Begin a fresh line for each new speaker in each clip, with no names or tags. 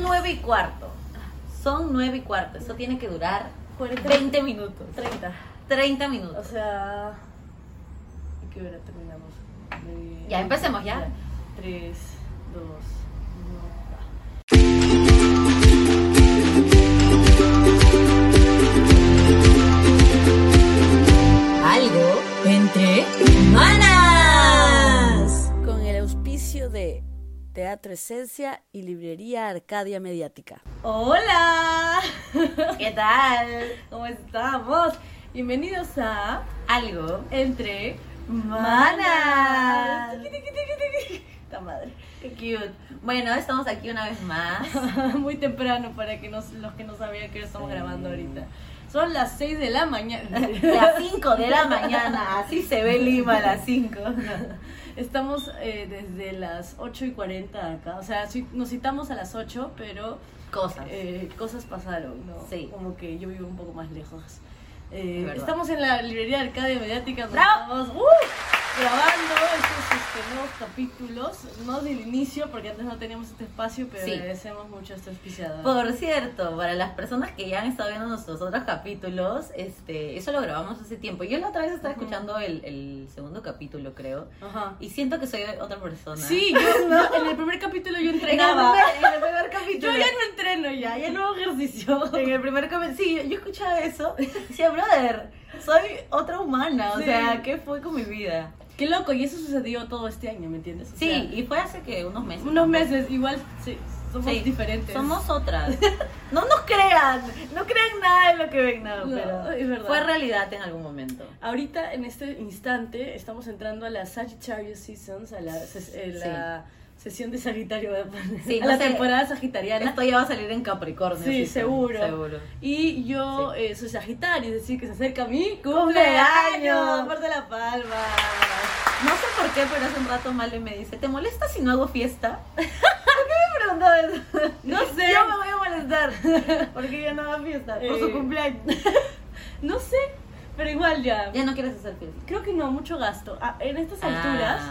9 y cuarto. Son 9 y cuarto. Eso tiene que durar
40,
20 minutos.
30.
30
O
minutos.
sea. ¿A qué hora terminamos? De-
Ya empecemos, ya.
3, 2, 1.
Algo entre manas.
Con el auspicio de Teatro Esencia y Librería Arcadia Mediática.
¡Hola!
¿Qué tal?
¿Cómo estamos? Bienvenidos a
Algo.
Entre
Manas.
Manas. Esta madre.
Qué cute. Bueno, estamos aquí una vez más.
Muy temprano para que nos, los que no sabían que estamos grabando ahorita. Son las 6 de la mañana.
Las 5 de la mañana. Así se ve Lima a las 5.
Estamos eh, desde las 8 y 40 acá. O sea, sí, nos citamos a las 8, pero
Cosas.
eh, cosas pasaron, ¿no?
Ah, Sí.
Como que yo vivo un poco más lejos. Eh,
Es verdad.
estamos en la librería Arcadia Mediática. donde
¡Bravo!
Estamos ¡uh! grabando estos este, nuevos capítulos. No del inicio, porque antes no teníamos este espacio, pero
Sí.
agradecemos mucho a este esta auspiciadora.
Por cierto, para las personas que ya han estado viendo nuestros otros capítulos, este, eso lo grabamos hace tiempo. Yo la otra vez estaba
Ujú.
escuchando el, el segundo capítulo, creo,
Ajá.
y siento que soy otra persona.
Sí, yo, yo- en el primer capítulo yo
en el
entrenaba.
primer, en el primer capítulo.
Yo ya no entreno ya, ya no hago ejercicio.
En el primer capítulo, sí, yo- yo escuchaba eso. Decía, brother, soy otra humana,
Sí.
o sea, ¿qué fue con mi vida?
Qué loco, y eso sucedió todo este año, ¿me entiendes? O
Sí,
sea,
y fue hace que unos meses.
unos meses, igual sí, somos
Sí,
diferentes.
Somos otras. No nos crean, no crean nada de lo que ven, no,
No,
pero
es verdad.
fue realidad en algún momento.
Ahorita, en este instante, estamos entrando a la Sagittarius Seasons, a la, ses- eh, la sesión de Sagitario, voy a poner,
Sí,
a
no
la
sé.
temporada
Ya
sagitariana.
esto ya va a salir en Capricornio.
Sí,
así que-
seguro.
Seguro.
Y yo eh, soy Sagitario, es decir, que se acerca mi
¡Cumpleaños!
cumpleaños. Por de la palma.
No sé por qué, pero hace un rato Male me dice, ¿te molesta si no hago fiesta? ¿Por qué me preguntó eso?
No sé.
Yo me voy a molestar. Porque yo no hago fiesta. Por su
Eh.
cumpleaños.
No sé, pero igual ya.
Ya no quieres hacer fiesta.
Creo que no, mucho gasto. Ah, en estas
Ah.
alturas,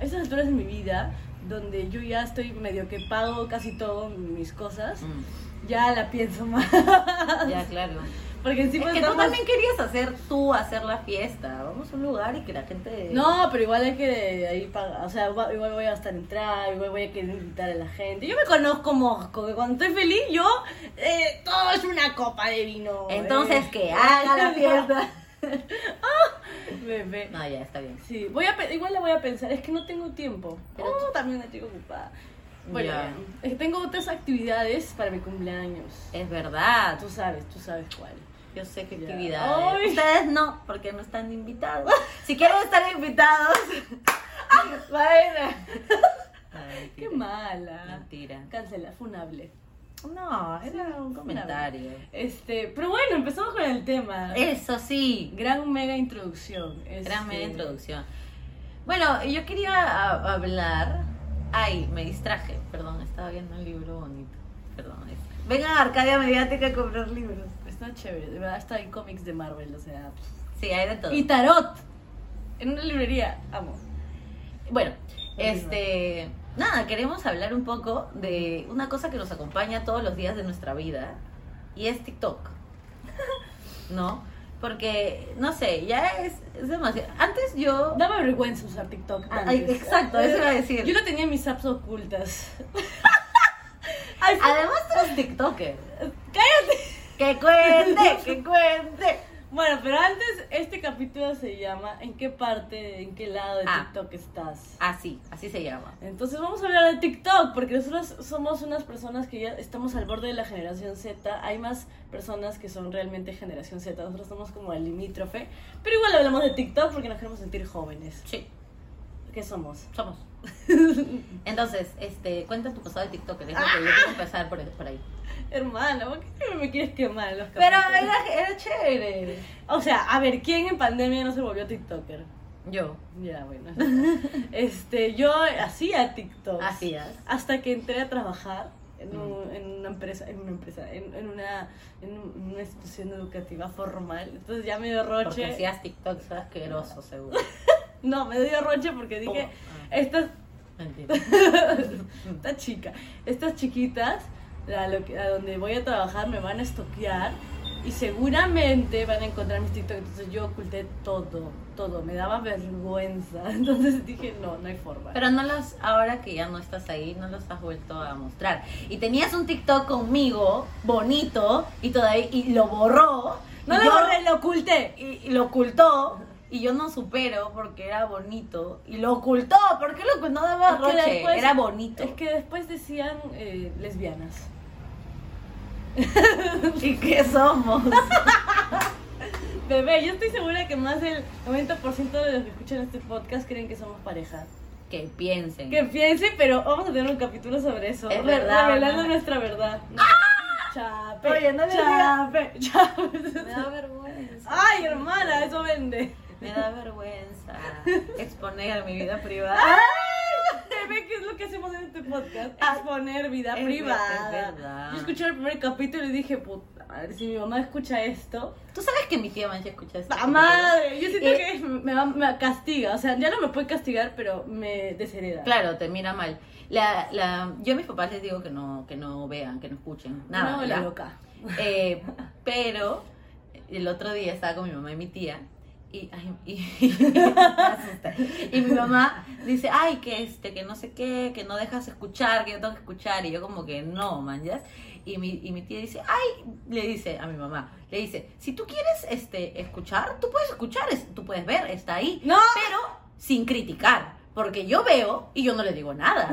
a estas alturas de mi vida, donde yo ya estoy medio que pago casi todo mis cosas,
Mm.
ya la pienso más.
Ya, claro.
Porque
Es
encima
que tú
estamos-
también querías hacer tú hacer la fiesta. Vamos a un lugar y que la gente.
No, pero igual hay que ahí pagar. O sea, va- igual voy a estar entrada, igual voy a querer invitar a la gente. Yo me conozco mosco, que cuando estoy feliz yo, eh, todo es una copa de vino.
Entonces
eh.
que haga la fiesta.
Bebé.
No, ya está bien.
Sí, voy a, pe- igual la voy a pensar, es que no tengo tiempo.
Pero
Pero
tú-
también estoy ocupada. Bueno,
Oh. Ya.
eh, tengo otras actividades para mi cumpleaños. Ah,
Es verdad.
Tú sabes, tú sabes cuál.
Yo sé qué
Ya.
actividad.
Ay.
Ustedes no, porque no están invitados. Si quieren estar invitados.
Bueno,
Ay,
qué
mentira.
mala.
Mentira.
Cancela, funable.
No, era un comentario.
Este, pero bueno, empezamos con el tema.
Eso sí,
Gran mega introducción. este,
gran media introducción. Bueno, yo quería a- hablar. Ay, me distraje. Perdón, estaba viendo un libro bonito. Perdón. es- Vengan a Arcadia Mediática a comprar libros.
Está chévere, de verdad, está en cómics de Marvel, o sea. pff.
Sí, hay de todo.
Y tarot. En una librería, amo.
Bueno, este, nada, queremos hablar un poco de una cosa que nos acompaña todos los días de nuestra vida y es TikTok. ¿No? Porque, no sé, ya es, es demasiado. Antes yo...
Daba vergüenza usar TikTok.
Ah,
antes.
exacto, eso iba a decir.
Yo no tenía mis apps ocultas.
Además tú eres TikToker.
¡Cállate!
Que cuente, que cuente.
Bueno, pero antes, este capítulo se llama ¿En qué parte, en qué lado de
Ah.
TikTok estás?
Así, así se llama.
Entonces vamos a hablar de TikTok, porque nosotros somos unas personas que ya estamos al borde de la generación Z. Hay más personas que son realmente generación Z. Nosotros somos como el limítrofe. Pero igual hablamos de TikTok porque nos queremos sentir jóvenes.
Sí,
¿Qué somos?
somos. Entonces, este, cuenta tu pasado de TikToker. Es lo que yo quiero empezar por, por ahí.
Hermana, ¿por qué siempre me quieres quemar en los
Pero
capítulos?
era, era chévere.
O sea, a ver, ¿quién en pandemia no se volvió TikToker?
Yo.
Ya, bueno. este, yo hacía TikTok.
Así es.
Hasta que entré a trabajar en, un- en una empresa, en una empresa, en, en una, en un- una institución educativa formal. Entonces ya me dio
Porque
roche.
hacías TikToks asqueroso, seguro.
No, me dio roche porque dije, eh,
Oh,
estas,
Mentira.
esta chica, estas chiquitas a, lo que- a donde voy a trabajar me van a estoquear y seguramente van a encontrar mis TikTok. Entonces yo oculté todo, todo. Me daba vergüenza. Entonces dije, no, no hay forma.
Pero no los, ahora que ya no estás ahí, no los has vuelto a mostrar. Y tenías un TikTok conmigo, bonito, y todavía, y lo borró.
no
y
lo
yo-
borré, lo oculté.
Y, y lo ocultó. Y yo no supero porque era bonito. Y lo ocultó. ¿Por qué lo ocultó? No daba
Es que
roche.
después-
era bonito.
Es que después decían eh, lesbianas.
¿Y qué somos?
Bebé, yo estoy segura que más del 90% de los que escuchan este podcast creen que somos pareja.
que piensen.
Que piense, pero vamos a tener un capítulo sobre eso.
Es
re-
verdad,
Revelando
¿no?
nuestra verdad. Ah. Chape.
Oye, no le
chape,
Me
chape.
da vergüenza.
Ay, hermana, eso vende.
Me da vergüenza
Ah.
exponer mi vida privada.
Bebé, ¿qué es lo que hacemos en este podcast?
Ah,
Exponer vida
es ver-
privada.
es verdad.
Yo escuché el primer capítulo y dije, puta, madre, si mi mamá escucha esto,
Tú sabes que mi tía Mancha escucha esto.
¡la Ah, madre! Yo siento
Eh,
que me, va- me castiga. O sea, ya no me puede castigar, pero me deshereda.
Claro, te mira mal. La, la, yo a mis papás les digo que no, que no vean, que no escuchen, nada.
No,
¿ya?
la loca.
Eh, pero el otro día estaba con mi mamá y mi tía y, ay, y- me asusta. Y mi mamá dice, ay, que este, que no sé qué, que no dejas escuchar, que yo tengo que escuchar. Y yo como que no, manjas. Y mi, y mi tía dice, ay, le dice a mi mamá, le dice, si tú quieres este, escuchar, tú puedes escuchar, es- tú puedes ver, está ahí.
¡No!
Pero sin criticar. Porque yo veo y yo no le digo nada.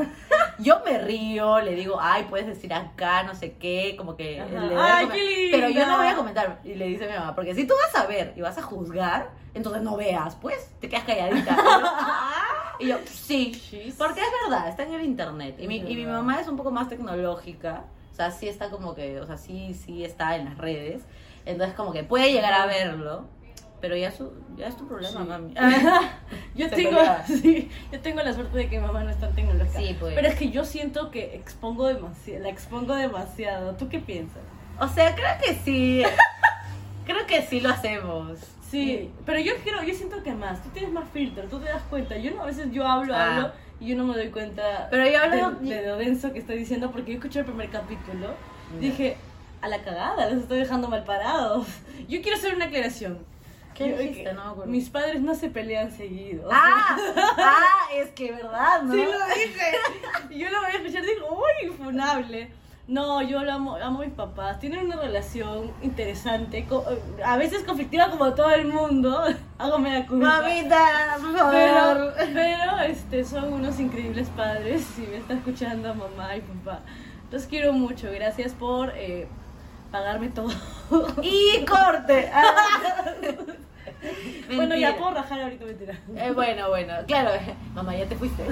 Yo me río, le digo, ay, puedes decir acá, no sé qué, como que
Ajá.
le doy a
Ay,
comer-
qué
Pero yo no
linda.
voy a comentar. Y le dice mi mamá, porque si tú vas a ver y vas a juzgar, entonces no veas, pues, te quedas calladita. Y yo, "Ah". Y yo, sí.
Jesus.
Porque es verdad, está en el internet. Y mi,
Es
y mi
verdad.
mamá es un poco más tecnológica. O sea, sí está como que, o sea, sí, sí está en las redes. Entonces como que puede llegar a verlo. Pero ya, su, ya es tu problema,
Sí.
mami.
yo
Se
tengo
peleaba.
sí, yo tengo la suerte de que mi mamá no es tan tecnológica
Sí, pues.
pero es que yo siento que expongo demasiado la expongo demasiado tú qué piensas
O sea, creo que sí. creo que sí lo hacemos.
sí pero yo creo yo siento que más tú tienes más filtro tú te das cuenta yo no a veces yo hablo
Ah.
hablo y yo no me doy cuenta
Pero yo hablo-
de, de lo denso que estoy diciendo porque yo escuché el primer capítulo
Ya.
dije a la cagada los estoy dejando mal parados yo quiero hacer una aclaración
¿Qué
Yo-
dijiste?
que
este, No me acuerdo.
mis padres no se pelean seguido
Ah, ah, es que verdad, ¿no?
Sí lo dije. Y yo lo voy a escuchar y digo, uy, funable. No, yo lo amo, amo a mis papás. Tienen una relación interesante, co- eh, a veces conflictiva como todo el mundo. Hago media culpa.
Mamita, por
Pero,
favor.
pero, este, son unos increíbles padres. Si me está escuchando mamá y papá, los quiero mucho. Gracias por eh, pagarme todo.
Y corte. Ah.
Bueno,
Mentira.
ya puedo rajar ahorita, mentira.
Eh, bueno, bueno, claro, mamá, ya te fuiste.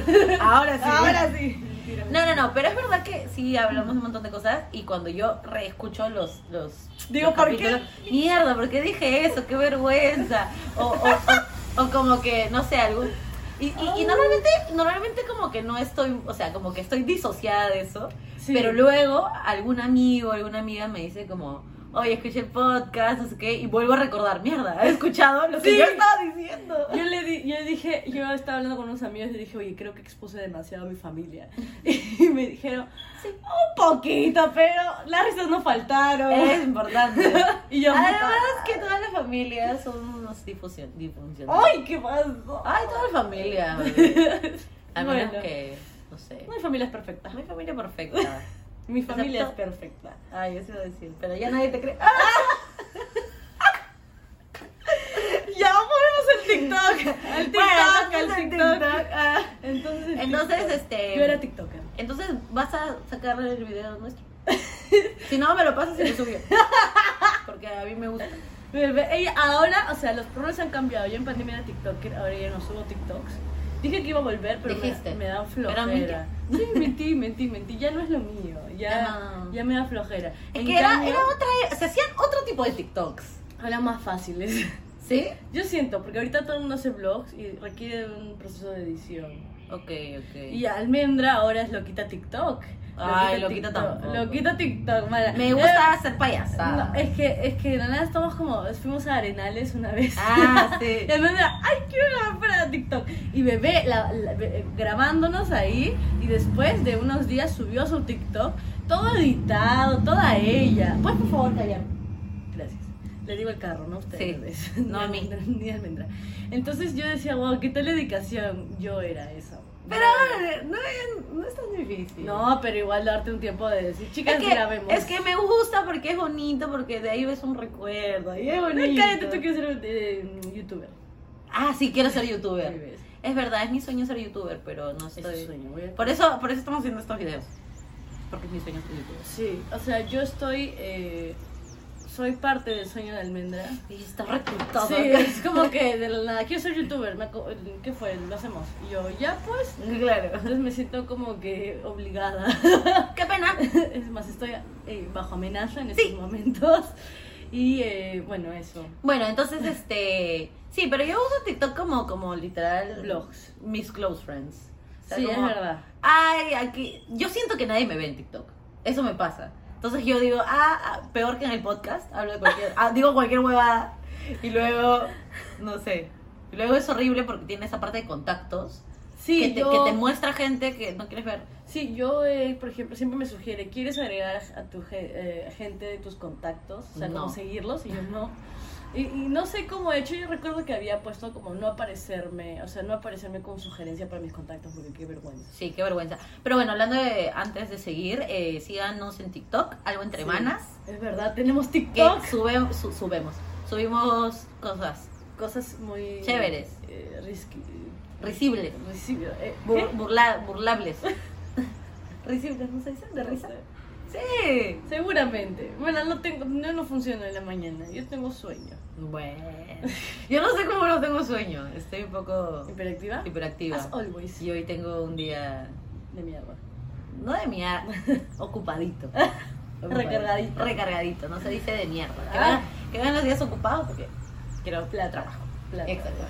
Ahora sí.
Ahora sí. Mentira.
No, no, no, pero es verdad que sí hablamos un montón de cosas y cuando yo reescucho los, los
Digo,
los
¿por qué?
capítulos, Mierda, ¿por qué dije eso? ¡Qué vergüenza! O, o- o- o como que, no sé, algún... Y, y- y normalmente, normalmente como que no estoy, o sea, como que estoy disociada de eso,
Sí.
pero luego algún amigo, alguna amiga me dice como, oye, escuché el podcast, no sé qué, y vuelvo a recordar, mierda, he escuchado lo que
Sí.
yo estaba diciendo.
Yo le di- yo dije, yo estaba hablando con unos amigos y dije, oye, creo que expuse demasiado a mi familia. Y me dijeron, un poquito, pero las risas no faltaron.
Es importante.
Y yo,
Además que todas las familias son unos difusion- disfuncionales.
¡ay, qué pasó!
Ay, toda la familia. A menos
Bueno.
que, no sé.
Mi familia es perfecta.
Mi familia perfecta.
Mi familia es
Excepto-
perfecta.
Ay, eso iba a decir, pero ya nadie te cree. ¡Ah!
Ya ponemos el TikTok. El TikTok,
Bueno,
el
entonces
TikTok.
TikTok, ah.
Entonces, el
Entonces,
TikTok.
este-
Yo era TikToker.
Entonces, ¿vas a sacar el video nuestro? Si no, me lo pasas y lo subo. Porque a mí me gusta.
Bebé, ella ahora, o sea, los problemas han cambiado. Yo en pandemia era TikToker, ahora ya no subo TikToks. Dije que iba a volver, pero
Dijiste.
me, me da
Pero
flojera.
mentía.
Sí, mentí, mentí, mentí. Ya no es lo mío. Ya,
No.
ya me da flojera.
Es
En
que era,
cambio,
era otra. Se hacían otro tipo de TikToks.
ahora más fáciles.
¿Sí?
Yo siento, porque ahorita todo el mundo hace vlogs y requiere un proceso de edición.
Ok, ok.
Y Almendra ahora es loquita TikTok.
Ay, loquita
TikTok,
tampoco.
Loquita TikTok, mala.
Me gusta
Eh,
hacer payasada.
no, es que, es que de la nada estamos como, fuimos a Arenales una vez.
Ah, sí.
Y entonces, ay, quiero grabar para TikTok. Y eh, bebé la- la- be- grabándonos ahí. Y después de unos días subió a su TikTok Todo editado, toda ella. ¿Puedes por favor callar? Gracias. Le digo el carro, ¿no? Ustedes.
Sí. No a mí.
Almendra, ni almendra. Entonces yo decía, wow, qué tal dedicación. Yo era esa.
Pero eh, no, es- no es tan difícil.
No, pero igual darte un tiempo de decir, chicas,
Es que,
grabemos.
es que me gusta porque es bonito, porque de ahí ves un recuerdo. Y es
No,
bonito.
cállate, tú quieres ser eh, youtuber.
Ah, sí, quiero ser
Ahí
youtuber.
ves.
Es verdad, es mi sueño ser youtuber, pero no
Es tu
estoy.
sueño, voy a-
Por eso, por eso estamos haciendo estos videos. Porque es mi sueño ser youtuber.
Sí, o sea, yo estoy. eh, soy parte del sueño de almendra.
Y está reclutado.
Sí, es como que de la nada, quiero ser youtuber, me aco- ¿qué fue? Lo hacemos. Y yo, ya pues.
Claro.
Entonces me siento como que obligada.
¡Qué pena!
Es más, estoy eh, bajo amenaza en estos momentos. Y eh, bueno, eso.
Bueno, entonces, este. Sí, pero yo uso TikTok como, como literal.
Blogs.
Mis close friends. O sea,
Sí, es
como,
verdad.
Ay, aquí. Yo siento que nadie me ve en TikTok. Eso me pasa. Entonces yo digo, ah, ah, peor que en el podcast. Hablo de cualquier. ah, digo cualquier huevada. Y luego. No sé. Y luego es horrible porque tiene esa parte de contactos.
Sí,
que, te,
yo,
que te muestra gente que no quieres ver.
sí, yo eh, por ejemplo, siempre me sugiere, ¿quieres agregar a tu ge- eh, gente de tus contactos? O sea,
No.
cómo seguirlos. Y yo no. Y, y no sé cómo he hecho, yo recuerdo que había puesto como no aparecerme, o sea, no aparecerme como sugerencia para mis contactos, porque qué vergüenza.
Sí, qué vergüenza. Pero bueno, hablando de antes de seguir, eh, síganos en TikTok, algo entre
Sí.
manas.
Es verdad, tenemos
que
TikTok.
sube- su- subemos, subimos cosas
Cosas muy...
Chéveres.
Eh, risqui-
risibles,
risibio, eh,
bur-
¿qué?
burla- burlables. risibles, ¿no se dicen? ¿De risa? Sí.
Seguramente. Bueno, no tengo, no, no funciona en la mañana. Yo tengo sueño.
Bueno. Yo no sé cómo no tengo sueño, estoy un poco
¿Hiperactiva?
hiperactiva.
As always.
Y hoy tengo un día,
De mierda.
no de mierda, ocupadito.
Recargadito.
Recargadito, no se dice de mierda. Que,
Ah.
van, que van los días ocupados porque quiero plata, trabajo.
Plata.
Exacto.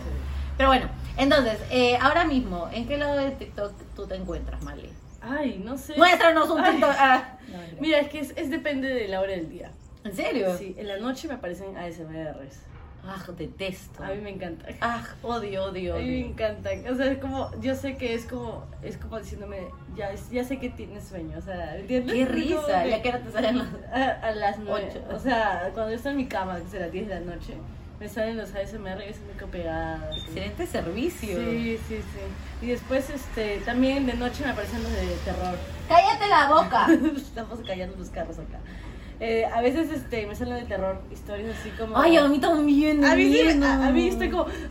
Pero bueno, entonces, eh, ahora mismo, ¿en qué lado de TikTok tú te encuentras, Marley?
Ay, no sé.
Muéstranos un
Ay.
TikTok. ah.
Mira, es que es, es depende de la hora del día.
¿En serio?
Sí, en la noche me aparecen ASMRs.
Ah, detesto.
A mí me encanta.
Ah, odio, odio,
A mí me
odio.
encantan. O sea, es como, yo sé que es como, es como diciéndome, ya, es- ya sé que tienes sueño. O sea, ¿entiendes?
Qué
Es como
risa,
que-
ya que ahora te salen los...
A, a las 8.
Ocho.
O sea, cuando yo estoy en mi cama, que será 10 de la noche, me salen los ASMR y yo me quedo pegada. así.
Excelente servicio.
Sí, sí, sí. Y después, este, también de noche me aparecen los de terror.
¡Cállate la boca!
Estamos callando los carros acá. Eh, a veces, este, me salen de terror historias así como...
Ay, a mí también.
A mí, sí,
no.
a, a mí estoy como...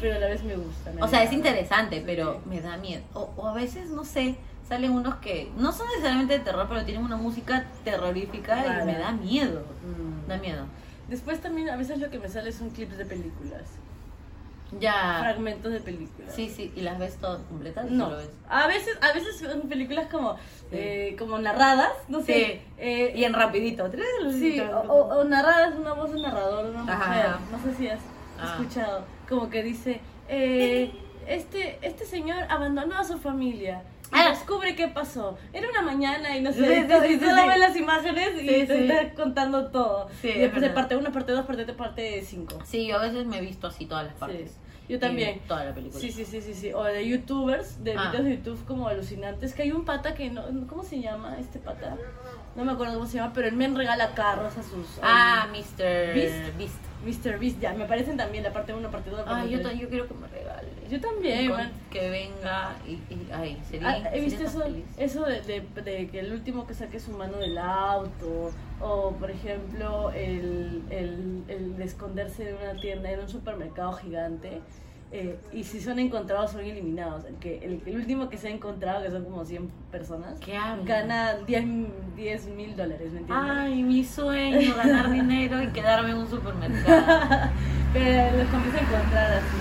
Pero a la vez me gusta. me
O sea, es
agrada.
interesante, pero
Sí.
me da miedo. O, o a veces, no sé, salen unos que no son necesariamente de terror, pero tienen una música terrorífica
Claro.
y me da miedo.
Mm.
Da miedo.
Después también a veces lo que me sale son clips de películas.
Ya.
Fragmentos de películas.
Ah. Sí, sí, y las ves todas completas.
No,
solo ves?
a veces, a veces son películas como, eh, como narradas, no sé. eh,
Y en rapidito. tres,
sí, o, o- o narradas, una voz de narrador, una
Ajá.
mujer, no sé si has
Ah.
escuchado, como que dice, eh, este, este señor abandonó a su familia. Y
Ah.
descubre qué pasó. Era una mañana y no sé.
Sí, sí,
y todo-
sí,
y
sí,
solo
sí.
ves las imágenes y
Sí,
te
sí.
está contando todo.
Sí,
y
es
después de
verdad.
parte 1, parte 2, parte 3, parte 5.
Sí, yo a veces me he visto así todas las partes.
Yo también.
Y Toda la película.
Sí, sí, sí, sí, sí. O de youtubers, de
Ah.
videos de YouTube como alucinantes. Que hay un pata que no. ¿Cómo se llama este pata? No me acuerdo cómo se llama, pero el men regala carros a sus.
Ah,
a-
Mr.
Beast.
Beast.
Mr. Beast, ya. Me aparecen también la parte 1, parte 2.
Ay, Ah, yo, ta- yo quiero que me regale.
Yo también,
Con-
man.
Que venga y, y- ay, sería.
Ah, he
sería
visto
tan
eso,
feliz.
eso de, de- de que el último que saque su mano del auto, o por ejemplo el, el- el de esconderse en una tienda, en un supermercado gigante, eh, y si son encontrados son eliminados. El, que, el, el último que se ha encontrado, que son como 100 personas,
¿Qué hablas?
gana 10 10 mil dólares, ¿me entiendes?
Ay, mi sueño, ganar dinero y quedarme en un supermercado.
Pero los comienza a encontrar así.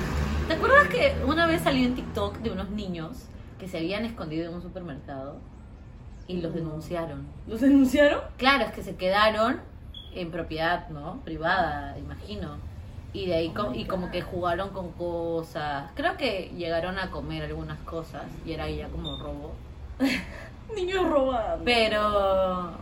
¿Te acuerdas que una vez salió en TikTok de unos niños que se habían escondido en un supermercado y los
No.
denunciaron?
¿Los denunciaron?
Claro, es que se quedaron en propiedad, ¿no? Privada, imagino. Y de ahí
Oh
co- y como que jugaron con cosas. Creo que llegaron a comer algunas cosas y era ya como robo.
Niños robando.
Pero, eh,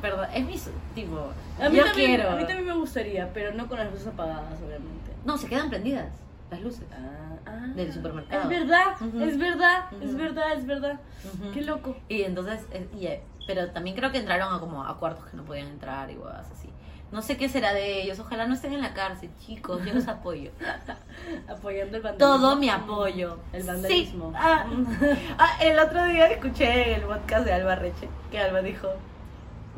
perdón, es mi su- tipo,
a mí
yo
también,
quiero.
A mí también me gustaría, pero no con las luces apagadas, obviamente.
No, se quedan prendidas las luces.
Ah, ah.
Del supermercado.
Es verdad,
Ujú.
es verdad,
Ujú.
es verdad, es verdad.
Ujú.
Qué loco.
Y entonces, eh, y, eh, Pero también creo que entraron a como a cuartos que no podían entrar y huevas así. No sé qué será de ellos. Ojalá no estén en la cárcel, chicos. Yo los apoyo.
Apoyando el vandalismo.
Todo mi apoyo.
El
Sí.
vandalismo.
Ah, ah, el otro día escuché el podcast de Alba Reche, que Alba dijo,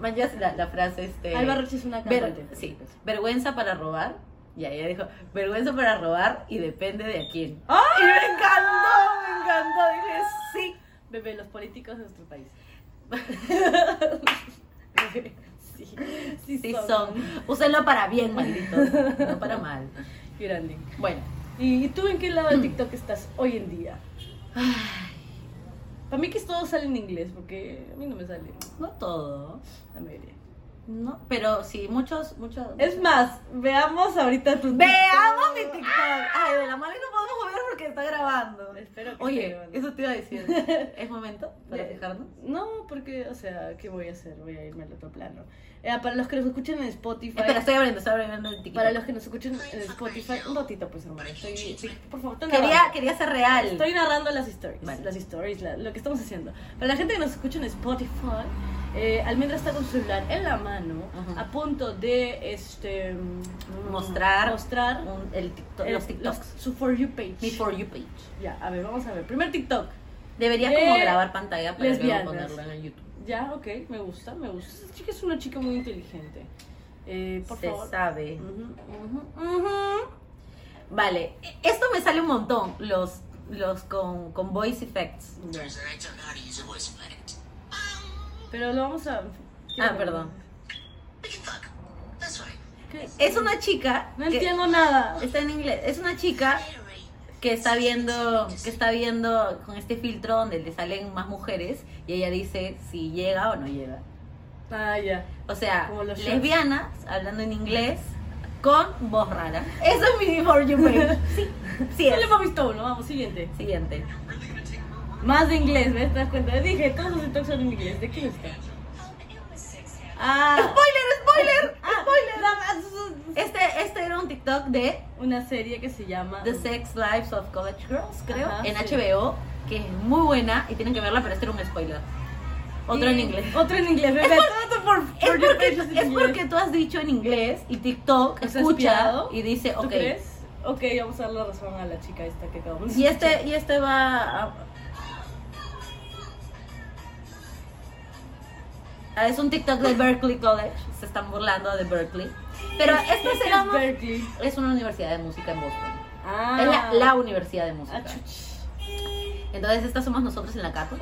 man, ya sé la, la frase este...
Alba Roche es una
ver-
cantante.
sí, vergüenza para robar. Y ahí ella dijo, vergüenza para robar y depende de a quién.
¡Ah!
Y me encantó, me encantó. Dije, sí.
Bebé, los políticos de nuestro país. sí, sí,
Sí
son.
son. Úsenlo para bien, malditos. No para mal.
Grande.
Bueno,
¿Y tú en qué lado de TikTok estás hoy en día? Para mí que todo sale en inglés, porque a mí no me sale
no todo.
la mayoría.
No, pero sí, muchos, muchos.
Es más, veamos ahorita tu
Veamos mi TikTok. Ay, de la mala no podemos ver porque está grabando.
Espero que esté
Oye,
grabando.
eso te iba a decir. ¿Es momento para
Ya.
fijarnos?
No, porque, o sea, ¿qué voy a hacer? Voy a irme al otro plano. Eh, para los que nos escuchan en Spotify.
Espera, estoy abriendo, estoy abriendo el TikTok.
Para los que nos escuchan en Spotify, un ratito, pues, hermano. Estoy, sí, por favor, tan
Quería,
abajo.
quería ser real.
Estoy narrando las stories,
Vale.
las stories, la- lo que estamos haciendo. Para la gente que nos escucha en Spotify, eh, Almendra está con su celular en la mano,
Ajá.
a punto de este mm,
Mostrar.
mostrar
Un- el TikTok,
el-
los TikToks.
los- su for you page.
Mi For You page.
Ya, a ver, vamos a ver. Primer TikTok.
Debería
Eh,
como grabar pantalla para luego
lesbianas.
ponerlo en el YouTube.
Ya, ok, me gusta, me gusta. Esa chica es una chica muy inteligente. Eh, por
Se
favor.
sabe.
Ujú.
Ujú. Vale, esto me sale un montón, los, los con, con voice effects.
Ya.
And I don't know how to use a voice effect.
Pero lo vamos a.
Ah, perdón.
We can fuck. That's right.
¿Qué?
Es una chica.
No
que-
entiendo nada.
Está en inglés. Es una chica
Mary.
que está viendo, que está viendo con este filtro donde le salen más mujeres y ella dice si llega o no llega.
Ah, ya.
O sea,
Como los shows.
lesbianas hablando en inglés con voz rara. Eso es mi for you page. Sí, sí
Ya
es.
le hemos visto uno, vamos, siguiente.
Siguiente.
Más de inglés, ¿ves? ¿Te das cuenta? Dije, todos los TikToks son en inglés. ¿De qué está? Ah,
Spoiler, spoiler.
ah, spoiler.
Este, este era un TikTok de
Una serie que se llama
The Sex Lives of College Girls, creo,
Ajá,
en
sí.
HBO, que es muy buena y tienen que verla, pero este era un spoiler. Otro en inglés.
Otro en inglés, bebé. Todo por,
Es
por your
porque,
pages en
es
inglés.
porque tú has dicho en inglés y TikTok
¿Has
escucha
espiado?
y dice,
¿Tú
ok.
crees? Ok, vamos a darle la razón a la chica esta que acabamos de
Y este, y este va a... Ah, Es un TikTok de Berkeley College, se están burlando de Berkeley. Pero
¿Qué
este
es
será más-
Berkeley?
es una universidad de música en Boston.
Ah.
Es la, la universidad de música.
Ah, chuch.
Entonces estas somos nosotros en la Cato,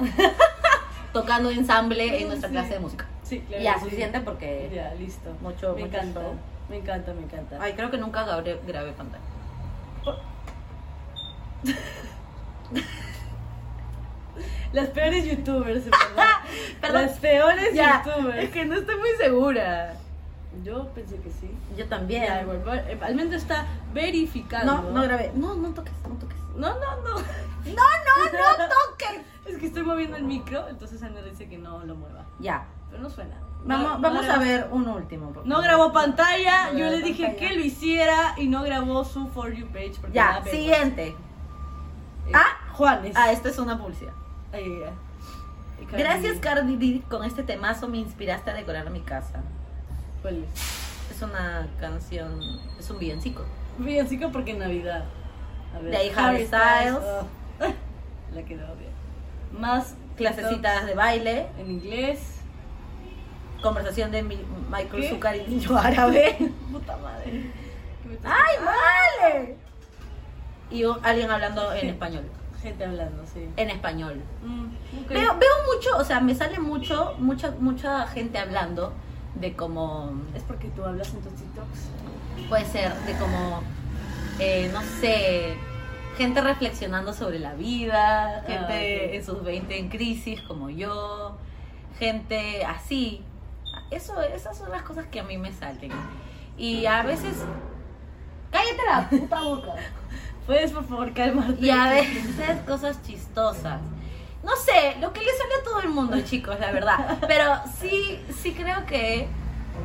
tocando ensamble en nuestra
Sí.
clase de música.
Sí, claro.
Ya,
sí.
suficiente porque...
Ya, listo.
Mucho-
me
mucho
encanta.
show.
Me encanta, me encanta.
Ay, creo que nunca grabé, grabé pantalla.
Las peores youtubers, en ¿verdad?
Perdón.
Las peores
Ya,
youtubers.
es que no estoy muy segura.
Yo pensé que sí.
Yo también.
Ya, igual, va- eh, Almendra está verificando.
no, no grabé. No, no toques, no toques.
No, no, no.
No, no, no toques.
Es que estoy moviendo el micro, entonces Almendra dice que no lo mueva.
Ya.
Pero no suena.
Vamos,
No- no
vamos a
grabó.
ver un último. porque-
No grabó pantalla,
No
yo
grabó
le dije
pantalla.
que lo hiciera y no grabó su For You page. Porque pues. le da
Ya,
vergüenza.
siguiente.
Eh,
Ah.
Juanes.
Ah, esta es una publicidad.
Ay, ya. Y Cardi
Gracias,
B.
Cardi B. Con este temazo me inspiraste a decorar mi casa.
¿Cuál es?
Es una canción, es un villancico.
Villancico porque Navidad. A ver,
De ahí Harry Styles.
ah, La quedó bien. Más
Clasecitas de baile,
en inglés.
conversación de mi- Michael
¿Qué?
Zucker y niño árabe.
Puta madre. Ah, ¿Qué me estás-
¡Ay, vale! Y un- alguien hablando en español.
Gente hablando, sí.
En español.
Mm, ok.
Veo, veo mucho, o sea, me sale mucho, mucha, mucha gente hablando de cómo,
Es porque tú hablas en tus TikToks.
puede ser, de cómo, eh, no sé, gente reflexionando sobre la vida, gente
ok.
en sus 20 en crisis como yo, gente así. Eso, esas son las cosas que a mí me salen. Y a veces... ¡Cállate la puta boca!
¿Puedes, por favor, calmarte?
Y a veces cosas chistosas. No sé, lo que le sale a todo el mundo, chicos, la verdad. Pero sí, sí creo que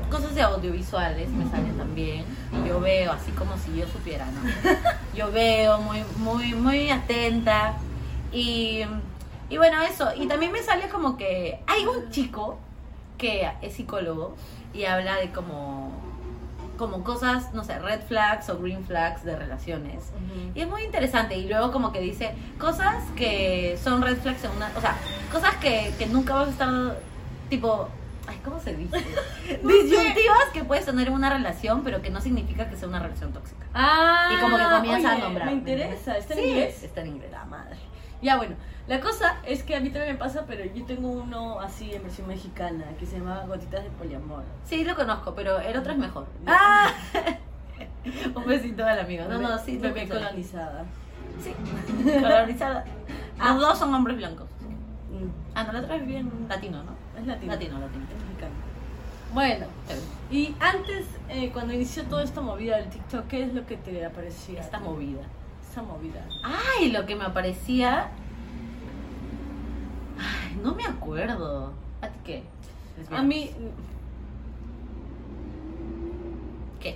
cosas de audiovisuales me salen también. Y yo veo, así como si yo supiera, ¿no? Yo veo muy, muy, muy atenta. Y, y bueno, eso. Y también me sale como que hay un chico que es psicólogo y habla de como, como cosas, no sé, red flags o green flags de relaciones. Y es muy interesante. Y luego como que dice cosas que son red flags en una... O sea, cosas que, que nunca vas a estar tipo... Ay, ¿cómo se dice? Disyuntivas que puedes tener en una relación, pero que no significa que sea una relación tóxica.
Ah,
Y como que comienza
oye,
a nombrar.
Me
¿me
interesa,
entiendes?
¿está en
Sí,
inglés?
Está en inglés. La madre.
Ya, bueno, la cosa es que a mí también me pasa, pero yo tengo uno así en versión mexicana que se llama Gotitas de Poliamor.
Sí, lo conozco, pero el otro es mejor.
Ah,
Un besito al amigo. No, no, sí,
bebé
lo conozco.
colonizada.
Sí, colonizada.
Ah.
Los dos son hombres blancos.
Mm,
Ah, no, la otra es bien latino, ¿no?
Es latino.
Latino, latino.
Es mexicano. Bueno, y antes, eh, cuando inició toda esta movida del TikTok, ¿qué es lo que te aparecía?
Está movida.
Esta movida.
Ay, lo que me aparecía. Ay, no me acuerdo. ¿A ti qué? Pues
A mí,
¿Qué?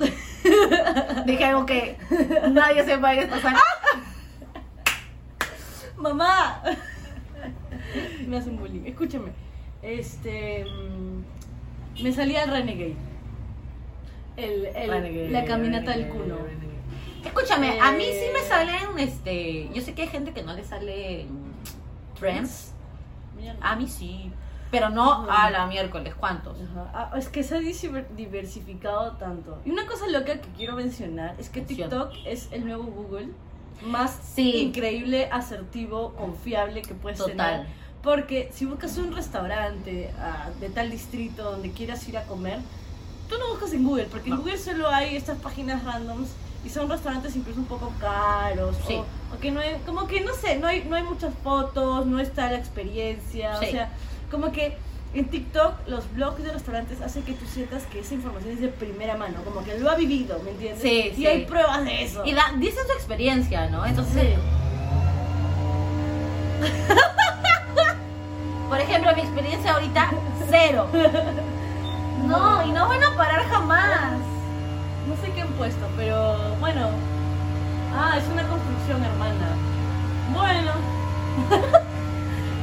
Dije algo que nadie sepa que está
mamá, me hacen bullying. Escúchame, este, mm, me salía el Renegade. El, el- la caminata del cuno.
Escúchame, a mí sí me
Eh.
salen, este, yo sé que hay gente que no le salen trends,
Mierda.
a mí sí, pero no a la miércoles, ¿cuántos?
Ajá. Ah, es que se ha disiver- diversificado tanto. Y una cosa loca que quiero mencionar es que
Menciona.
TikTok es el nuevo Google más
Sí.
increíble, asertivo, confiable que puedes
Total.
tener. Porque si buscas un restaurante ah, de tal distrito donde quieras ir a comer, tú no buscas en Google, porque en Google solo hay estas páginas randoms y son restaurantes incluso un poco caros.
Sí.
O, o que no hay, como que no sé, no hay, no hay muchas fotos, no está la experiencia.
Sí.
O sea, como que en TikTok los blogs de restaurantes hacen que tú sientas que esa información es de primera mano, como que lo ha vivido, ¿me entiendes?
Sí,
y
sí.
hay pruebas de eso.
Y da- dicen su experiencia, ¿no? Entonces,
Sí.
por ejemplo, mi experiencia ahorita, cero. No, y no van a parar jamás.
No sé qué han puesto, pero bueno. Ah, es una construcción, hermana. Bueno.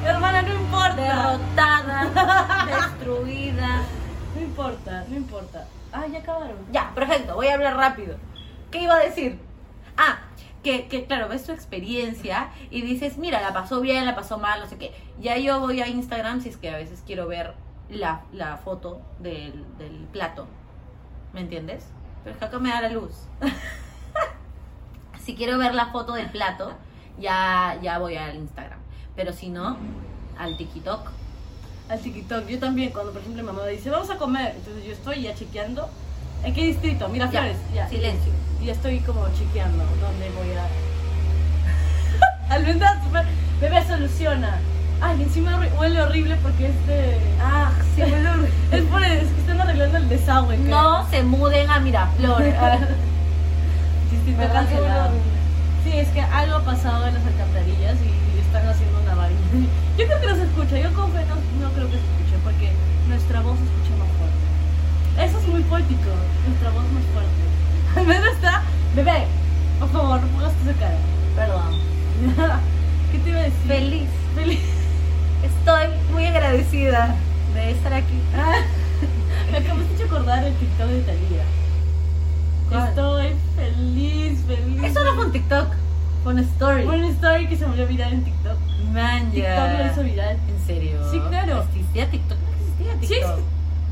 hermana, no importa.
Derrotada, destruida.
No importa, no importa. Ah, ya acabaron.
Ya, perfecto, voy a hablar rápido. ¿Qué iba a decir? Ah, que, que claro, ves tu experiencia y dices, mira, la pasó bien, la pasó mal, no sé qué. Ya yo voy a Instagram si es que a veces quiero ver la, la foto del, del plato. ¿Me entiendes? Pero es que acá me da la luz. si quiero ver la foto del plato, ya, ya voy al Instagram. Pero si no, al TikTok.
Al TikTok, yo también, cuando por ejemplo mi mamá dice, vamos a comer, entonces yo estoy ya chequeando. ¿En qué distrito? Mira,
Ya,
Flores. Ya.
silencio.
Y ya estoy como chequeando dónde voy a. Almendras, bebé soluciona. Ay, encima horri- huele horrible porque es de.
Ah, sí.
Es por el- es que están arreglando el desagüe. creo.
No se muden a Miraflores.
Distrito
¿Verdad que
cancelado.
huele
Sí, es que algo ha pasado en las alcantarillas y están haciendo una vaina. Yo creo que no se escucha, yo como que no, no creo que se escuche porque nuestra voz se escucha más fuerte. Eso es muy poético, nuestra voz más fuerte. Al menos está, bebé, por favor, no pongas tu cara.
Perdón.
¿Qué te iba a decir?
Feliz.
Feliz.
Estoy muy agradecida de estar aquí.
Ah, me acabas hecho acordar el TikTok de Talía.
¿Cuál?
Estoy feliz, feliz.
Eso no fue un TikTok, fue una story.
Fue una story que se volvió viral en TikTok.
Man,
TikTok lo hizo viral.
¿En serio?
Sí, claro.
¿Existía TikTok? No existía
Sí,
TikTok.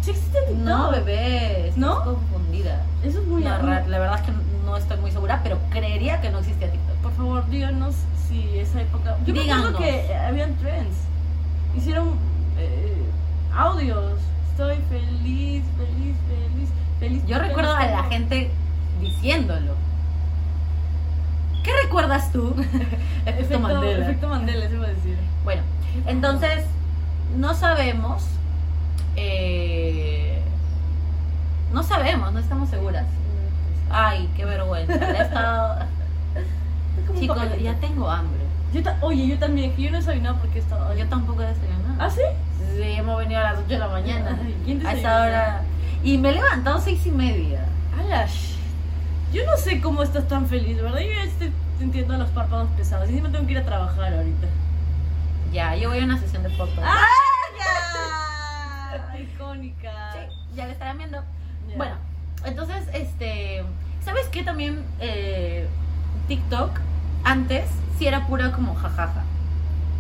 ¿Sí existe TikTok?
No, bebé, estoy
¿No?
confundida.
Eso es muy
La,
raro.
ra- la verdad es que no estoy muy segura, pero creería que no existía TikTok.
Por favor, díganos si esa época. Yo me
Díganos.
acuerdo que eh, habían trends. Hicieron eh, audios. Estoy feliz, feliz, feliz, feliz.
Yo
feliz,
recuerdo a la
feliz.
gente diciéndolo. ¿Qué recuerdas tú?
Efecto Mandela. Efecto Mandela, eso iba a decir.
Bueno, entonces no sabemos, eh, no sabemos, no estamos seguras. Ay, qué vergüenza. le he estado-
Es como un
Chicos,
papelito.
ya tengo hambre.
Yo ta- Oye, yo también, que yo no soy nada porque he estado.
Yo tampoco he
¿Ah,
desayunado.
sí?
Sí, hemos venido a las 8 de la mañana.
Ay, ¿quién
A
desayuna?
esa hora. Y me he levantado seis y media.
Alash. Yo no sé cómo estás tan feliz, ¿verdad? Yo ya estoy sintiendo los párpados pesados. Y encima tengo que ir a trabajar ahorita.
¡Ah, Ya, yo voy a una sesión de fotos.
¡Ah, ya! Icónica.
Sí, ya la estarán viendo.
Ya.
Bueno, entonces, este. ¿Sabes qué también? eh, TikTok, antes, sí era pura como jajaja.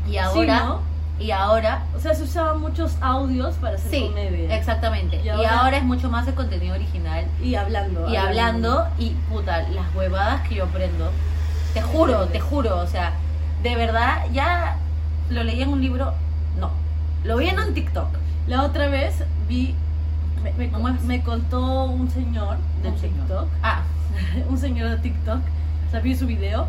Y ahora.
¿no?
Y ahora.
O sea, se usaban muchos audios para hacer
Sí,
comedia.
exactamente.
Y
Y ahora,
ahora-
es mucho más de contenido original.
Y hablando.
Y hablando, y puta, las huevadas que yo aprendo. Te juro, te juro. O sea, de verdad, ya lo leí en un libro. No. Lo vi en un TikTok.
La otra vez vi. Me, me-
¿Cómo es?
me contó un señor de
Un señor.
TikTok.
Ah,
un señor de TikTok, o sea, vi su video,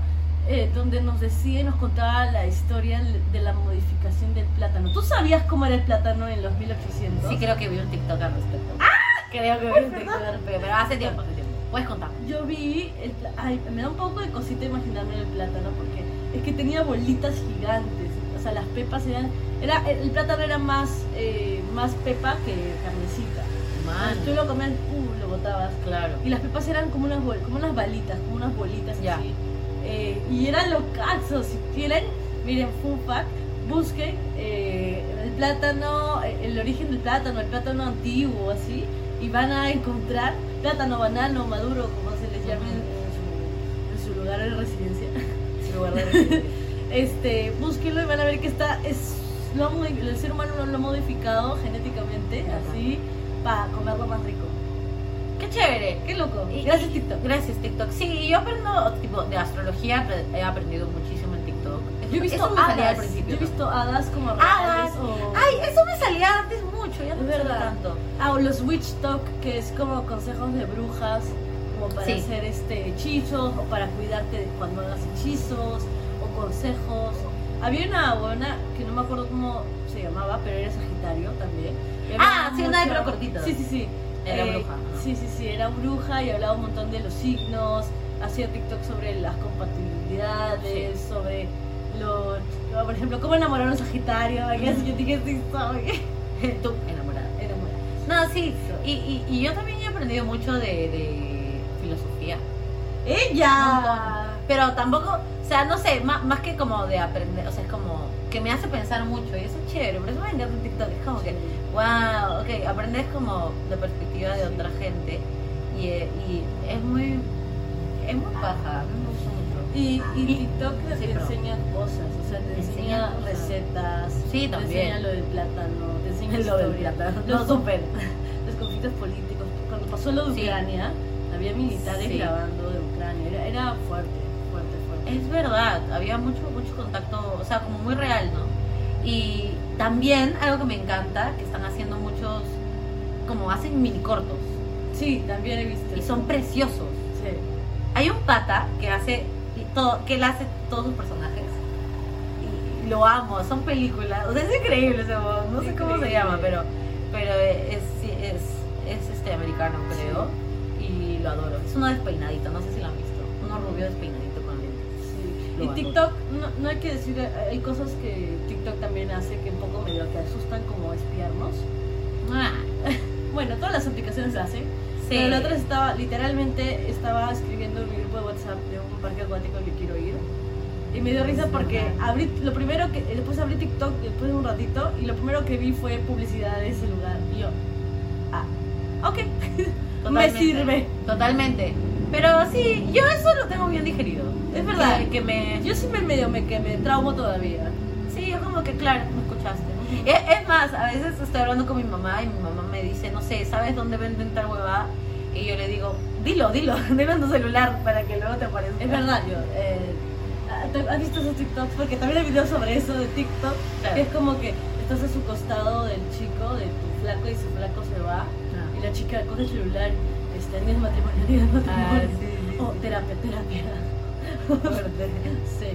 eh, donde nos decía y nos contaba la historia de la modificación del plátano. ¿Tú sabías cómo era el plátano en los 1800?
Sí, creo que vi un TikTok al respecto.
¡Ah!
Creo que vi un TikTok al respecto, pero hace tiempo, hace tiempo. Puedes contar.
Yo vi, el pla- ay, me da un poco de cosita imaginarme el plátano, porque es que tenía bolitas gigantes, o sea, las pepas eran, era, el plátano era más, eh, más pepa que carnecita.
Ah.
Tú lo comías, uh, lo botabas.
claro.
Y las pepas eran como unas, bol- como unas balitas, como unas bolitas
Ya.
así. Eh, y eran locazos. Si quieren, miren, Fun Fact, busquen eh, el plátano, eh, el origen del plátano, el plátano antiguo, así. Y van a encontrar plátano, banano, maduro, como se les llame en, en su, en su lugar de residencia.
Ah. Su lugar de residencia.
Este, búsquenlo y van a ver que está, es, lo ha modi- el ser humano lo, lo ha modificado genéticamente,
Ajá.
así, para comerlo más rico.
Qué chévere.
Qué loco.
Y-
Gracias, TikTok.
Gracias, TikTok. Sí, yo aprendo, tipo, de astrología apre- he aprendido muchísimo en TikTok. Eso-
Yo he visto
eso me salía al
hadas.
principio.
Yo he visto hadas como
Hadas.
reales o,
Ay, eso me salía antes mucho, ya no
Es
me sale
verdad.
tanto.
ah, o los witch talk, que es como consejos de brujas, como para
Sí.
hacer este hechizos o para cuidarte de cuando hagas hechizos o consejos. Había una buena que no me acuerdo cómo se llamaba, pero era Sagitario también. Y hablaba
Ah, sí, una de
mucho-
pelo cortito.
Sí, sí, sí.
Era
Eh,
bruja, ¿no?
Sí, sí, sí, era bruja y hablaba un montón de los signos, hacía TikTok sobre las compatibilidades, sobre los... Por ejemplo, cómo enamorar a un Sagitario, que yo dije, sí, soy
Tú, enamorada.
enamorada.
No, sí. Y, y, y yo también he aprendido mucho de, de filosofía.
¡Ella!
Pero tampoco, o sea, no sé, más, más que como de aprender, o sea, es como que me hace pensar mucho y eso es chévere, por eso me encanta TikTok, es como que, wow, ok, aprendes como la perspectiva de otra gente y, eh, y es muy, es muy paja, a mí me gusta mucho.
Y, y TikTok te
Ah, Sí, pero-
enseña cosas, o sea, te
Te
enseña
enseña cosas.
recetas,
Sí,
te
también.
enseña lo del plátano, te enseña
Lo del
historia,
plátano.
los,
Lo
super, los conflictos políticos. Cuando pasó lo de
Sí.
Ucrania, había militares
Sí.
grabando de Ucrania, era, era fuerte, fuerte, fuerte.
Es verdad, había mucho, mucho contacto, o sea, como muy real, ¿no? Y también algo que me encanta, que están haciendo muchos, como hacen mini cortos
Sí, también he visto.
y son preciosos.
Sí.
Hay un pata que hace y todo, que él hace todos sus personajes. Y lo amo, son películas. O sea, es increíble ese huevón, No sé cómo se
Increíble.
llama, pero, pero es, sí, es, es este americano, creo. Y lo adoro. Es uno despeinadito, no sé si lo han visto. Uno rubio despeinadito con lentes.
Sí.
Lo
Y
adoro.
TikTok, no, no hay que decir, hay cosas que TikTok también hace que un poco medio que asustan como espiarnos.
Ah,
Bueno, todas las aplicaciones lo hacen.
sí.
Pero la otra estaba, literalmente estaba escribiendo en mi grupo de WhatsApp de un parque acuático al que quiero ir. Y me dio risa porque abrí, lo primero que, después abrí TikTok después de un ratito y lo primero que vi fue publicidad de ese lugar. Y yo, ah, ok, me
Totalmente.
sirve.
Totalmente. Pero sí, yo eso lo tengo bien digerido. Es verdad.
Que-
Que, me.
Yo sí me medio me, que me traumo todavía.
Sí, es como que claro, no escuchaste. E, Es, es más, a veces estoy hablando con mi mamá y mi mamá me dice, no sé, ¿sabes dónde venden tal huevada? Y yo le digo, dilo, dilo, dime tu celular para que luego te aparezca.
Es verdad, yo. eh, ¿te- ¿Has visto esos TikToks? Porque también hay videos sobre eso de TikTok.
Claro.
Que es como que estás a su costado del chico, de tu flaco, y su flaco se va. Y la chica coge el celular, está en el matrimonio, en el
Ah,
matrimonio.
sí, sí,
Oh, terapia, terapia. sí.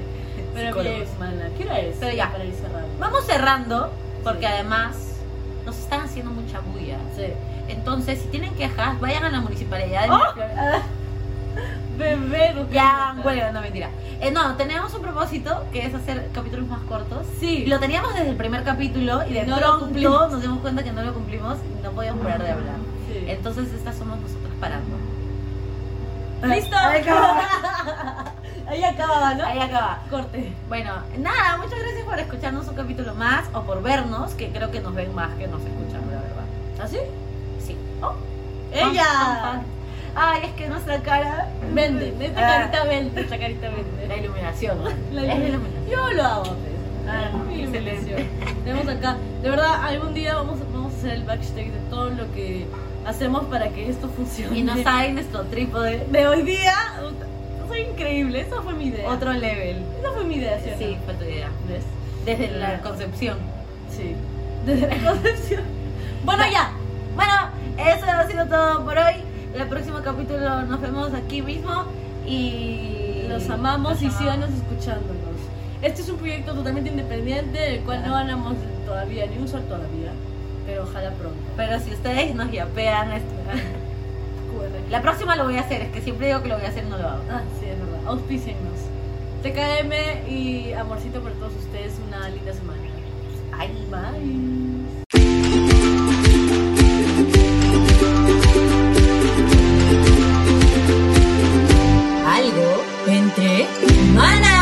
Pero bien,
Psicólogos.
mana. ¿Qué hora es?
Pero ya.
Para ir cerrando.
Vamos cerrando, porque
Sí.
además nos están haciendo mucha bulla.
Sí.
Entonces, si tienen quejas, vayan a la municipalidad. de Miraflores.
Ah, Bebé, no
Ya,
quiero
bueno, no mentira. Eh, no, tenemos un propósito que es hacer capítulos más cortos.
Sí.
Y Lo teníamos desde el primer capítulo y de
No lo
pronto
cumplimos.
nos dimos cuenta que no lo cumplimos y no podíamos parar de hablar.
Sí.
Entonces estas somos nosotros parando.
¡Listo!
Ahí acaba.
Ahí acaba, ¿no?
Ahí acaba.
Corte.
Bueno, nada, muchas gracias por escucharnos un capítulo más o por vernos, que creo que nos ven más que nos escuchan, la verdad.
¿Así?
¿Ah, Sí. Oh,
¡Ella!
Pam, pam, pam. Ay, es que nuestra cara
Vende, esta
Ah.
carita vende, esta carita
La
vende.
iluminación.
La
Es la
iluminación.
iluminación.
Yo lo hago. pues.
Ah,
Mi
excelente.
iluminación. Tenemos acá, de verdad, algún día vamos, vamos a hacer el backstage de todo lo que hacemos para que esto funcione.
Y nos hay nuestro trípode.
de hoy día, soy increíble, esa fue mi idea.
Otro level.
Esa fue mi idea, ¿sí? o no?
Sí, fue tu idea.
¿Ves?
Desde la concepción.
Sí. Desde la concepción.
Bueno, ya. Bueno, eso ha sido todo por hoy. El próximo capítulo nos vemos aquí mismo. Y
Los amamos y
los
síganos escuchándonos. Este es un proyecto totalmente independiente del cual
Ah.
no ganamos todavía ni un sol todavía, pero ojalá pronto.
Pero si ustedes nos yapean, es- la próxima lo voy a hacer. Es que siempre digo que lo voy a hacer y no lo hago.
Ah, sí, es verdad. Auspíciennos. TKM y amorcito para todos ustedes. Una linda semana.
Ay,
Bye.
Algo entre manas.